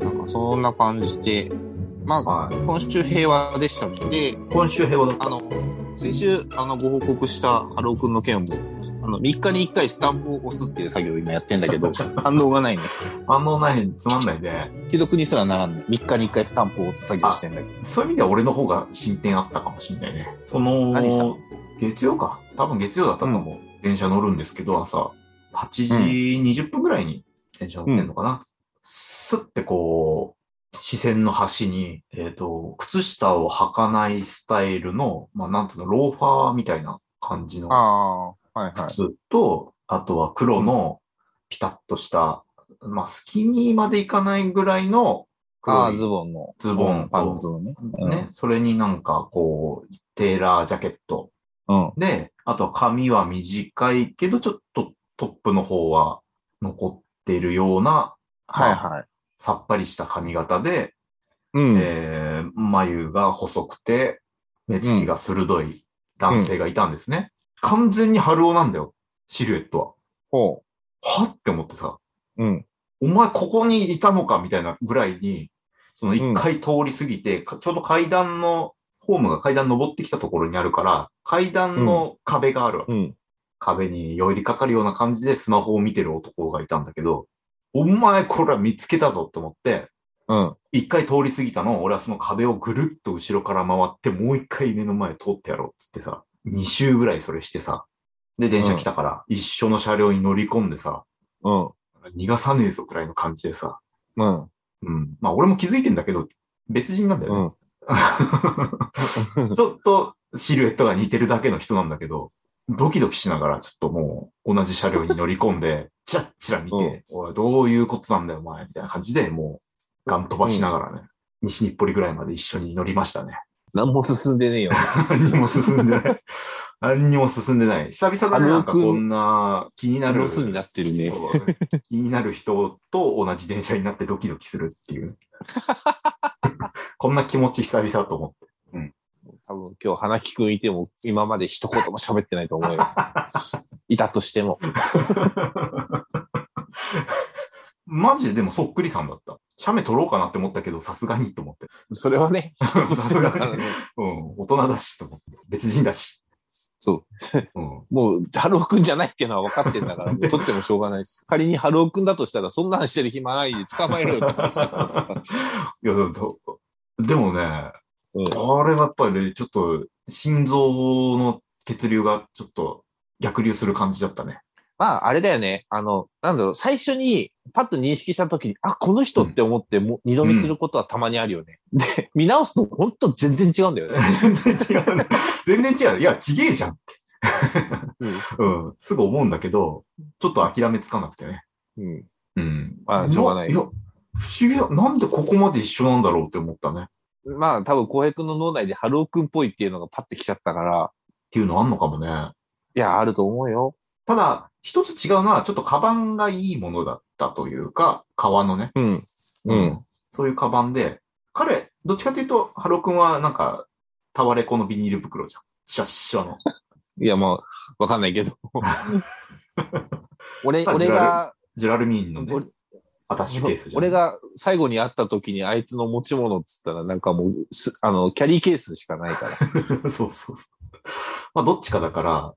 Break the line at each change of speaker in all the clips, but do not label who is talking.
なんかそんな感じで、まあ、
は
今週平和でしたので、
今週平和だっ
あ
た。
の、先週、あの、ご報告したハロー君の件も、あの、3日に1回スタンプを押すっていう作業を今やってんだ けど、反応がないね。
反応ない、つまんないで。
既読にすらならんね。3日に1回スタンプを押す作業してんだけど。
そういう意味では俺の方が進展あったかもしれないね。そ
何した
の、月曜か。多分月曜だったと思う。電車乗るんですけど、朝、8時20分ぐらいに電車乗ってんのかな。スッてこう、視線の端に、えっ、と、靴下を履かないスタイルの、まあ、なんつうの、ローファーみたいな感じの
ああ、はいはい。
靴と、あとは黒のピタッとした、まあ、スキニーまでいかないぐらいの
あ
黒
あ、
い
ズボンの。
ズボンと
パンツのね。うん
ね、それになんかこう、テーラージャケット。
うん。
で、あとは髪は短いけど、ちょっとトップの方は残ってるような、
はい
まあ
はい。
さっぱりした髪型で、
うん。
えー眉が細くて、目つきが鋭い男性がいたんですね。完全に春尾なんだよ、シルエット
ほ
は。はって思ってさ、
う。うん。
お前ここにいたのかみたいなぐらいに、その一回通り過ぎて、かちょうど階段の、ホームが階段登ってきたところにあるから、階段の壁があるわけ。
うん。
壁に寄りかかるような感じでスマホを見てる男がいたんだけど、お前これは見つけたぞって思って、
うん。
一回通り過ぎたのを俺はその壁をぐるっと後ろから回って、もう一回目の前通ってやろうっつってさ、2周ぐらいそれしてさ、で電車来たから一緒の車両に乗り込んでさ、
うん。
逃がさねえぞくらいの感じでさ、
うん。
うん。まあ、俺も気づいてんだけど、別人なんだよね。 ちょっとシルエットが似てるだけの人なんだけど、ドキドキしながら、ちょっともう同じ車両に乗り込んで、 チラッチラ見て、おい、どういうことなんだよ、お前、みたいな感じで、もう、ガン飛ばしながらね、西日暮里ぐらいまで一緒に乗りましたね。
何も進んでねえよ。
何にも進ん でない。何にも進んでない。久々だね、
あの
なんかこんな気にな る。
ロスになってるね
そう。 気になる人と同じ電車になってドキドキするっ ていう。こんな気持ち久々と思って。
多分今日、花木くんいても、今まで一言も喋ってないと思う よ。いたとしても。
マジででもそっくりさんだった。写メ撮ろうかなって思ったけど、さすがにと思って。
それはね、人としてだからね。
うん、大人だしと思って。別人だし。
そ
うん。
う。もう、ハローくんじゃないっていうのは分かってんだ から、もう撮ってもしょうがないです。仮にハローくんだとしたら、そんなんしてる暇ないで捕まえろよって話だから さ。
いや、でもそう、でもね、
うん
これはやっぱりちょっと心臓の血流がちょっと逆流する感じだったね。
まあ、あれだよね。あの、なんだろう、最初に、パッと認識したときに、あ、この人って思って、もう二度見することはたまにあるよね。で、見直すと、ほんと全然違うんだよね。
全 然違うね。全然違う。いや、ちげえじゃんって。
うん
うん。すぐ思うんだけど、ちょっと諦めつかなくてね。
うん。
うん。
まあしょうがない
いや、不思議だ。なんでここまで一緒なんだろうって思ったね。っ
まあ、多分、浩平くんの脳内でハローくんっぽいっていうのがパッてきちゃったから、
ていうのあんのかもね。
いや、あると思うよ。
ただ、一つ違うのは、ちょっとカバンがいいものだったというか、革のね。
うん。うん。
そういうカバンで、彼、どっちかというと、ハロ君はなんか、タワレコのビニール袋じゃん。シャッシャの。
いや、まあ、わかんないけど。 俺、
まあ
俺が、
ジュラルミンのね
俺、
アタッシュケースじゃん。
俺が最後に会った時にあいつの持ち物っつったらなんかもうす、あの、キャリーケースしかないから。
そうそうそう。まあ、どっちかだから、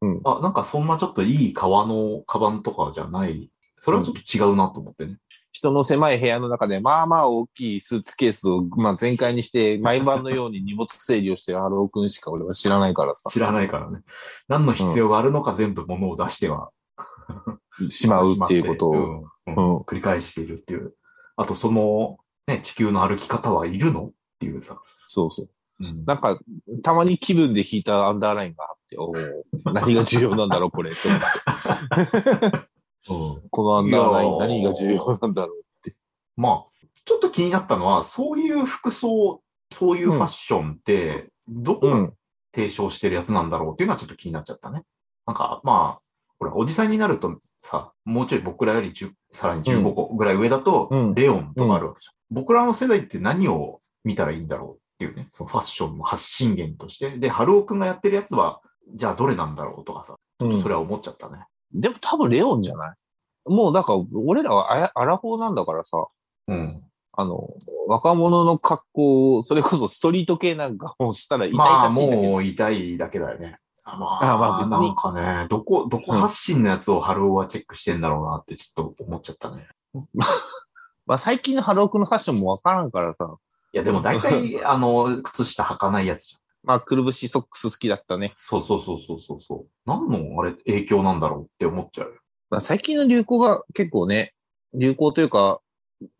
うん
あ、なんかそんなちょっといい革のカバンとかじゃない。それはちょっと違うなと思ってね。
人の狭い部屋の中で、まあまあ大きいスーツケースを、まあ全開にして、毎晩のように荷物整理をしてるハロー君しか俺は知らないからさ、
知らないからね。何の必要があるのか全部物を出しては、
しまうっていうことを。
しまってうんう
う
ん
ん。
繰り返しているっていう。あと、その、ね、地球の歩き方はいるのっていうさ。
そうそう。
うん
なんか、たまに気分で弾いたアンダーラインがあって、おー何が重要なんだろう、これ。と思ってこのアンダーライン何が重要なんだろう。
まあ、ちょっと気になったのは、そういう服装、そういうファッションって、どこが。提唱してるやつなんだろうっていうのはちょっと気になっちゃったね。なんか、まあ、ほら、おじさんになるとさ、もうちょい僕らより10さらに15個ぐらい上だと、
うん
レオンとかあるわけじゃん。僕らの世代って何を見たらいいんだろうっっていうね、そのファッションの発信源として。で、春尾くんがやってるやつは、じゃあどれなんだろうとかさ、
うん
それは思っちゃったね。
でも多分レオンじゃないもうだから、俺らはあやアラフォーなんだからさ、
うん。
あの、若者の格好を、それこそストリート系なんかをしたら痛い
まあ、
らしいんだけど、
もう痛いだけだよね。あまあ、
あまあ別に
なんかね、どこ、どこ
うん
発信のやつを春尾はチェックしてんだろうなってちょっと思っちゃったね。
まあ最近のハロークのファッションもわからんからさ、
いや、でも大 体、あの、靴下履かないやつじゃん。
まあくるぶしソックス好きだったね。
そうそうそうそうそうそう。何のあれ影響なんだろうって思っちゃうよ。
まあ最近の流行が結構ね、流行というか、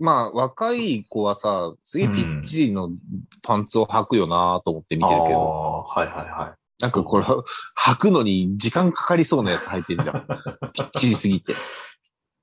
まあ若い子はさ、すげえピッチリのパンツを履くよなと思って見てるけど、
あーはいはいはい。
なんかこれは履くのに時間かかりそうなやつ履いてんじゃ ん。ピッチリすぎて。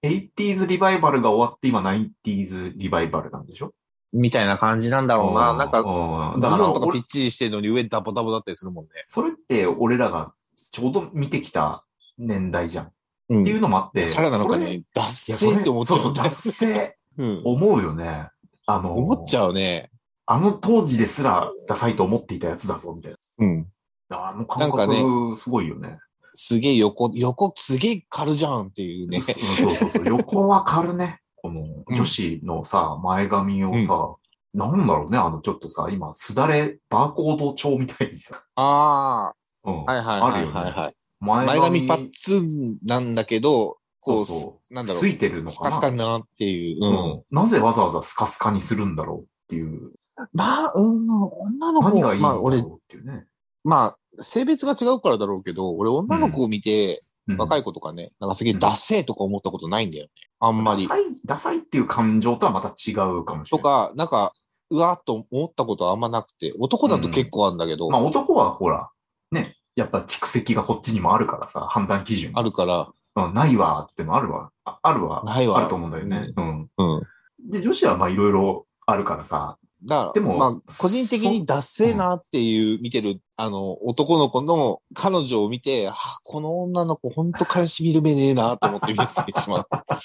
80s リバイバルが終わって今 90s リバイバルなんでしょ
みたいな感じなんだろうな。なんか
かだ
ズ
か
ボ
ら
ンとかピ
俺
ッチリしてるのに上ダボダボだったりするもんね。
それって俺らがちょうど見てきた年代じゃん。
うん
っていうのもあって。
からなのか
それい
ね、脱
や
線って思っちゃ
そうれ
んだ
そう、
よ
脱線。
うん
思うよね。あの、
思っち
う。
ゃうね。
あの当時ですらダサいと思っていたやつだぞ、みたい
うん。
な。あの感
なんか
覚、すごいよね。
すげえ横、横すげえ軽じゃんっていうね。
うんそうそうそう。横は軽ね。この女子のさ、前髪をさ、なんだろうね、あのちょっとさ、今、すだれ、バーコード帳みたいにさ、
あ
うん
あ、はいはいはいはい、はい
前
前髪パッツンなんだけど、こう、
そうそう
なんだろ
つ
う、
いてるの
ス
かな
カスカになっていう。
う
うんん。
なぜわざわざスカスカにするんだろうっていう、
まあ、うん、女の
何
子、
がいいん
ま
だ
あ
ろう
俺、
っていうね。
まあ、性別が違うからだろうけど、俺女の子を見て、
うん
若い子とかね、なんかすげえダセーとか思ったことないんだよね。あんまり
ダ。サい。ダサいっていう感情とはまた違うかもし
と
れない。
か、なんか、うわーっと思ったことはあんまなくて、男だと結構あるんだけど、
まあ男はほら、ね、やっぱ蓄積がこっちにもあるからさ、判断基準。
あるから、
うん、ないわーってのあるわ。ああるわ。
ないわ
あると思うんだよね。うん。
うん。
で、女子はまあいろいろあるからさ。
だから、
でも
まあ、個人的にダッセーなっていう、見てる、あの、男の子の彼女を見て、はあ、この女の子、ほんと彼氏見る目ねえなと思って見てしまう。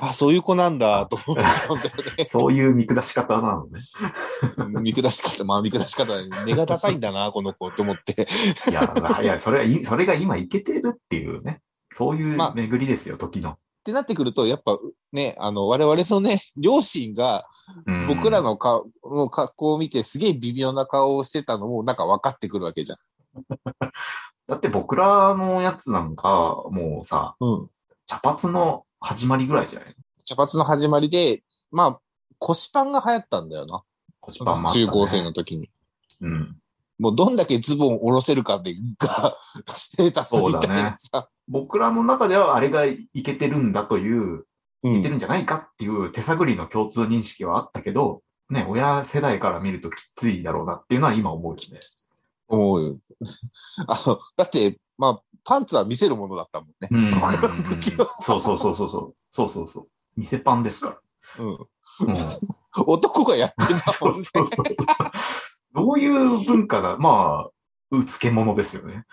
あ、そういう子なんだ、と思っちゃうんだ
そういう見下し方な のね。
よ ね。見下し方、まあ見下し方だね、根がダサいんだ な、この子、と思って。
いや、いや、それはいそれが今いけてるっていうね。そういう
まあ
巡りですよ、時の。
ってなってくると、やっぱ、ね、あの、我々のね、両親が、
うん
僕らの顔、の格好を見てすげえ微妙な顔をしてたのもなんか分かってくるわけじゃん。
だって僕らのやつなんか、もうさ、
うん。
茶髪の始まりぐらいじゃない
茶髪の始まりで、まあ、腰パンが流行ったんだよな。
腰パンもあった、ね。
中高生の。時に。
うん。
もうどんだけズボンを下ろせるかで、が、 ステータスみたいなさ。
僕らの中ではあれがいけてるんだという、
う
いけてるんじゃないかっていう手探りの共通認識はあったけど、ね、親世代から見るときついだろうなっていうのは今思うよね。
思うよ。あの、だって、まあ、パンツは見せるものだったもんね。
うん
僕らの時は
そうそうそうそうそう。そうそうそう。店パンですから。
うん。
うん
男がやってんだ
そ
も
うん
ね。
そうそう。どういう文化だまあ、うつけ物ですよね。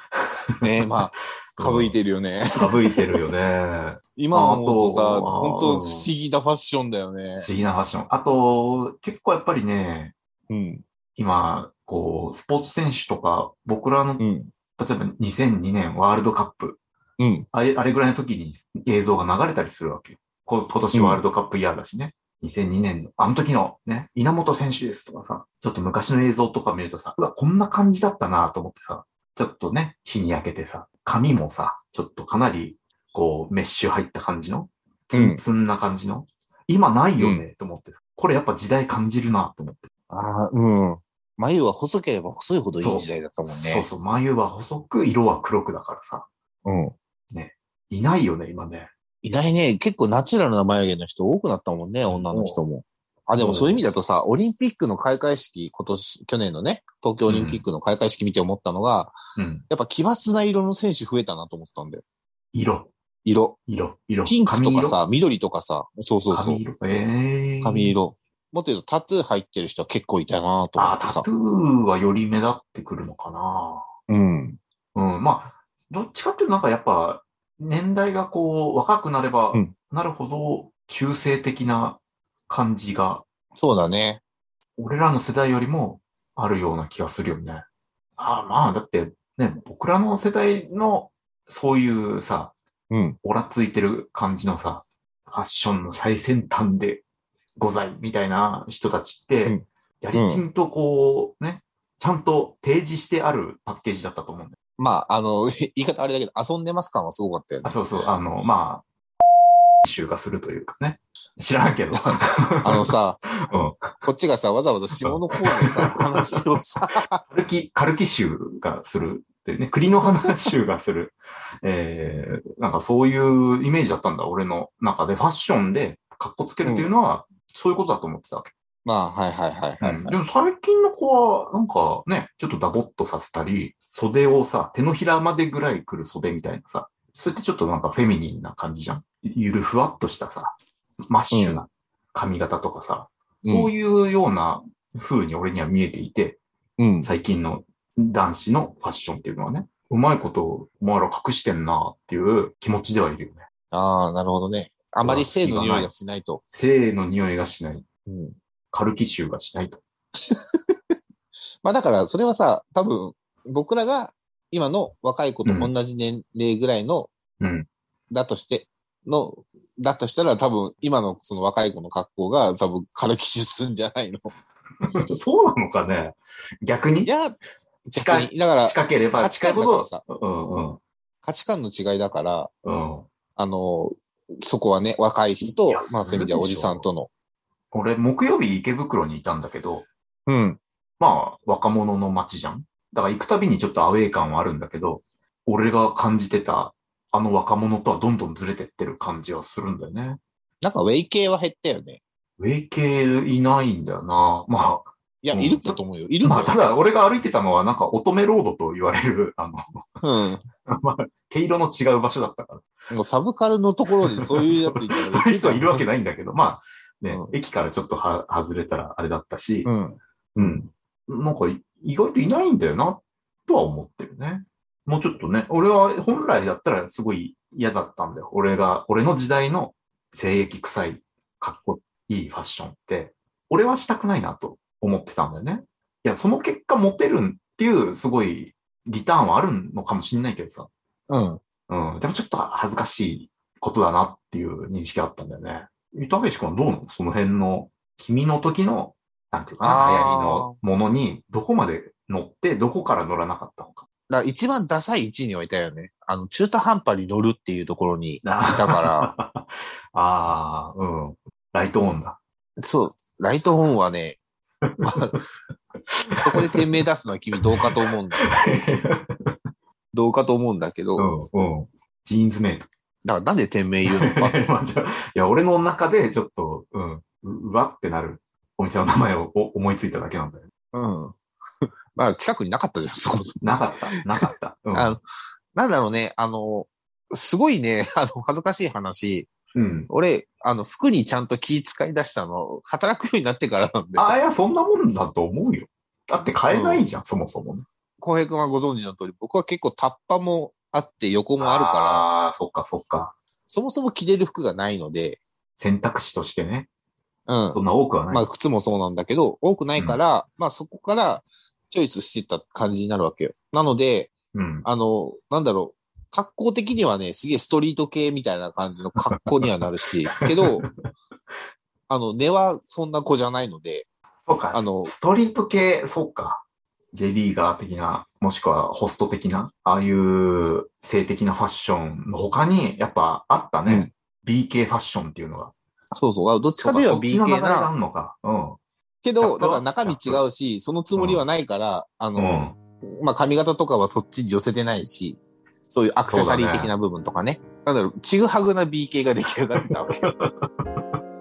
ねまあ、かぶいてるよね。
かぶいてるよね。
今思うと
あ
さ、
とは
本当不思議なファッションだよ
不
ね。
思議なファッション。あと、結構やっぱりね、
うん。
今、こう、スポーツ選手とか、僕らの、例え
うん。
ば2002年ワールドカップ、
うん。
あれあれぐらいの時に映像が流れたりするわけよ。こ今年ワールドカップイヤーだしね。2002年の、あの時のね、稲本選手ですとかさ、ちょっと昔の映像とか見るとさ、うわ、こんな感じだったなと思ってさ、ちょっとね、日に焼けてさ、髪もさ、ちょっとかなり、こう、メッシュ入った感じの、
う
ツン
ん
ツンな感じの、今ないよね、と思ってさ、これやっぱ時代感じるなと思って。
ああ、うん。眉は細ければ細いほどいい時代だったもん
そう
ね。
そう、眉は細く、色は黒くだからさ、
うん。
いないよね、今ね。
意外ね、結構ナチュラルな眉毛の人多くなったもんね、女の人も。あ、でもそういう意味だとさ、オリンピックの開会式、今年、去年のね、東京オリンピックの開会式見て思ったのが、
うん。
やっぱ奇抜な色の選手増えたなと思ったんだよ。
色、
色。
色、色。
ピンクと
髪
か
色
さ、緑とかさ、そうそうそう
髪。色。ええー。
髪色。もっと言うとタトゥー入ってる人は結構いたなと思
あ
っ
ー、
て
タ
さ
ト。ゥーはより目立ってくるのかな。
うん。
うん。まあ、どっちかっていうとなんかやっぱ、年代がこう、若くなれば
うん
なるほど、中性的な感じが、
そうだね。
俺らの世代よりもあるような気がするよね。ああ、まあ、だって、ね、僕らの世代の、そういうさ、
うん。
オラついてる感じのさ、ファッションの最先端でございみたいな人たちって、
うん
やりちんとこう、ね、ちゃんと提示してあるパッケージだったと思うんだよ
まあ、あの、 言い方あれだけど、遊んでます感はすごかったよ
あ
ね。
そうそう、あの、まあ、集化するというかね。知らんけど。
あのさ、
うん
こっちがさ、わざわざ下の方のさ、話を さ、
カルキ、カルキ臭がするっていうね、栗の花臭がする。 えー、なんかそういうイメージだったんだ、俺の中で。ファッションで格好つけるっていうのは、そういうことだと思ってたわけ。
まあ、はいはいはいはい、
うん
はい
でも最近の子は、なんかね、ちょっとダボっとさせたり、袖をさ、手のひらまでぐらい来る袖みたいなさ、それってちょっとなんかフェミニンな感じじゃん。ゆるふわっとしたさ、マッシュな髪型とかさ、
うん
そういうような風に俺には見えていて、
うん。
最近の男子のファッションっていうのはね、うまいこと、お前ら隠してんなっていう気持ちではいるよね。
ああ、なるほどね。あまり性の匂いがしないと。
性の匂いがしない、
うん。
カルキ臭がしないと。
まあだから、それはさ、多分、僕らが今の若い子と同じ年齢ぐらいの、
うん。
だとして、の、だとしたら多分、今のその若い子の格好が多分、軽き出すんじゃ ないの
そうなのかね逆に
いや、
近い
逆にだから、
近ければ
価値
近い
観だ
ほ
か
ど
らさ、
うん
価値観の違いだから、
うん、うん。
あの、そこはね、若い人と
いや、
まあそ
そ
ういう意味
れ
ではおじさんとの。
俺、木曜日池袋にいたんだけど、
うん。
まあ、若者の街じゃん。だから行くたびにちょっとアウェー感はあるんだけど、俺が感じてた、あの若者とはどんどんずれてってる感じはするんだよね。
なんか、ウェイ系は減ったよね。
ウェイ系いないんだよな。ま
いや、
うん
いるんだと思うよ。い
あ、
るんだ
まあ、
よ。
ただ俺が歩いてたのはなんか乙女ロードと言われる、あ
う
の、まあ、毛色の違う場所だったから。
ん。もうサブカルのところでそういうやついた
そう
ら
いう人はいるわけないんだけど、まあ、ね、
う
駅からちょっとは外れたらあれだったし、
うん。
うん。なんかい意外といないんだよな、とは思ってるね。もうちょっとね、俺は本来だったらすごい嫌だったんだよ。俺が、俺の時代の精液臭い、かっこいいファッションって、俺はしたくないなと思ってたんだよね。いや、その結果モテるっていうすごいリターンはあるのかもしんないけどさ。
うん。
うん。でもちょっと恥ずかしいことだなっていう認識があったんだよね。ゆたけし君はどうなのその辺の、君の時の、なんていうかな、
あ
流
ー
行りのものに、どこまで乗って、どこから乗らなかったのか。
だから一番ダサい位置にはいたよね。あの、中途半端に乗るっていうところにい
あ
たか
ー あー、うん。ライトオンだ。
ら、そう、ライトオンはね、まあそこで店名出すのは君どうかと思うんだ。どうかと思うんだけど、
うん、うん。ジーンズメイト。
だからなんで店名言うのか。
まあじゃあいや、俺の中でちょっと、うん、ううわってなるお店の名前をお思いついただけなんだよ。
うん。まあ、近くになかったじゃん、そこそこ
なかった、なかった。うん
あのなんだろうね、あの、すごいね、 あの、恥ずかしい話。
うん。
俺、あの、服にちゃんと気使い出したの、働くようになってからなんで。
あ、いや、そんなもんだと思うよ。だって買えないじゃん、そもそもね。
浩平君はご存知の通り、僕は結構タッパもあって横もあるから、
ああー、そっかそっか。
そもそも着れる服がないので、
選択肢としてね、
うん
そ。んな多くはない。
まあ、靴もそうなんだけど、多くないから、まあ、そこからチョイスしてった感じになるわけよ。なので、
うん。
あの、なんだろう。格好的にはね、すげえストリート系みたいな感じの格好にはなる し、けど、あの、根はそんな子じゃないので、
そうか、
あの
ストリート系、そうか。J リーガー的な、もしくはホスト的な、ああいう性的なファッションの他に、やっぱあったね。BK ファッションっていうのが。
そうそう、あどっちかといえば
そうかそっちの
BK
流れがあ
な、
るのか。うん。
け
やっ
ど、
ぱ
だから中身違うし、そのつもりはないから、あ
う
の、
ん。
まあ、髪型とかはそっちに寄せてないし、そういうアクセサリー的な部分とかね。なんだろう、ちぐはぐな BK が出来上がってたわけ。
うん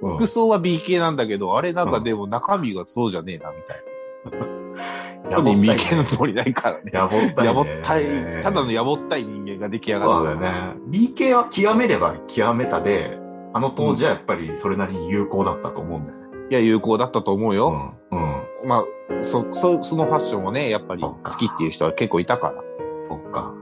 服装は BK なんだけど、あれなんかでも中身がそうじゃねえな、みたいな。
や
中
ぼったい
身
ね
BK のつもりないからね。
やぼったいね。
やぼったい、ただのやぼったい人間が出来上
そ
が
う
る。
だよね。BK は極めれば極めたで、あの当時はやっぱりそれなりに有効だったと思うんだよね。
いや、有効だったと思うよ。
うん。うん。
まあ、そ、そ、そのファッションをね、やっぱり好きっていう人は結構いたから。
そっか。